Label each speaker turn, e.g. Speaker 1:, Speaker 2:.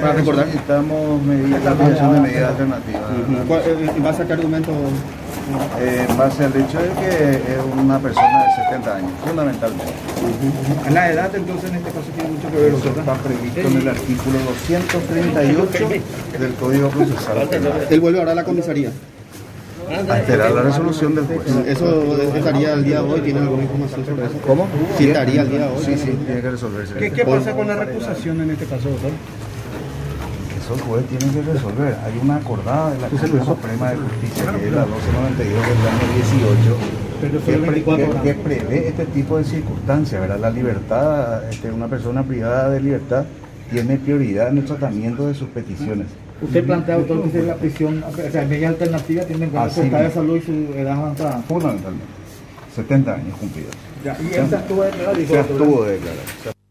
Speaker 1: Para recordar.
Speaker 2: necesitamos medidas, la aplicación de medidas alternativas.
Speaker 1: Ujú. ¿Cuál- eh, ¿Vas a sacar argumentos?
Speaker 2: Eh, en base al hecho de que es una persona de 70 años, fundamentalmente.
Speaker 3: La edad entonces en este caso tiene mucho que ver,
Speaker 2: Eso está previsto en el artículo 238 del Código Procesal Penal.
Speaker 1: Él vuelve ahora a la comisaría.
Speaker 2: A esperar la resolución del juez.
Speaker 1: Eso estaría al día de hoy. ¿Tienen alguna información sobre eso?
Speaker 2: ¿Cómo?
Speaker 1: Sí, estaría al día de hoy.
Speaker 2: Sí, sí, tiene que resolverse.
Speaker 3: ¿Qué, qué pasa con la recusación en este caso, doctor?
Speaker 2: Eso el juez tiene que resolver. Hay una acordada de la Corte Suprema de Justicia, que es la 1292 del año 18, que, pre- que- que prevé este tipo de circunstancias, ¿verdad? La libertad, este, una persona privada de libertad tiene prioridad en el tratamiento de sus peticiones.
Speaker 4: Usted plantea doctor, que la prisión, o sea, media alternativa tiene en cuenta
Speaker 2: Así
Speaker 4: su estado de
Speaker 2: mismo.
Speaker 4: salud y su edad avanzada.
Speaker 2: Fundamentalmente. 70 años cumplidos.
Speaker 4: Ya, y esa estuvo declarada,
Speaker 2: Se
Speaker 4: dijo. doctor,
Speaker 2: abstuvo de declarar.